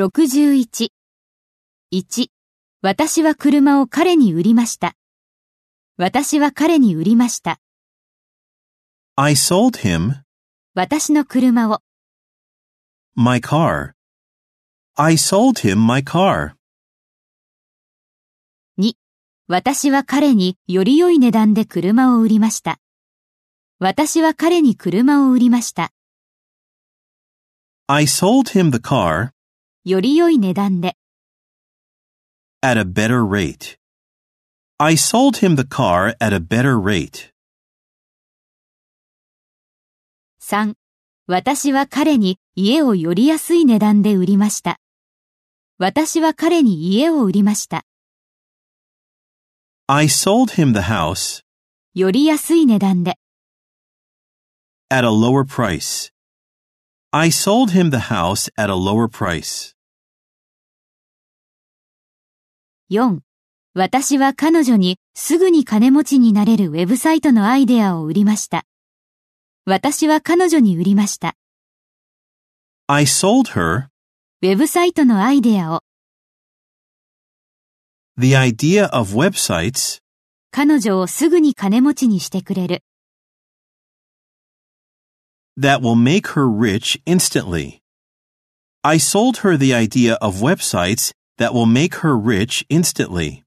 61。1. 私は車を彼に売りました。私は彼に売りました。 I sold him 私の車を。 my car. I sold him my car. 私は彼により良い値段で車を売りました。私は彼に車を売りました。 I sold him the car より良い値段で。 at a better rate. I sold him the car at a better rate. 3. 私は彼に家をより安い値段で売りました。私は彼に家を売りました。 I sold him the house より安い値段で。 at a lower price. I sold him the house at a lower price. 4. 私は彼女にすぐに金持ちになれるウェブサイトのアイデアを売りました。私は彼女に売りました。 I sold her ウェブサイトのアイデアを the idea of websites 彼女をすぐに金持ちにしてくれる。 that will make her rich instantly. I sold her the idea of websites that will make her rich instantly.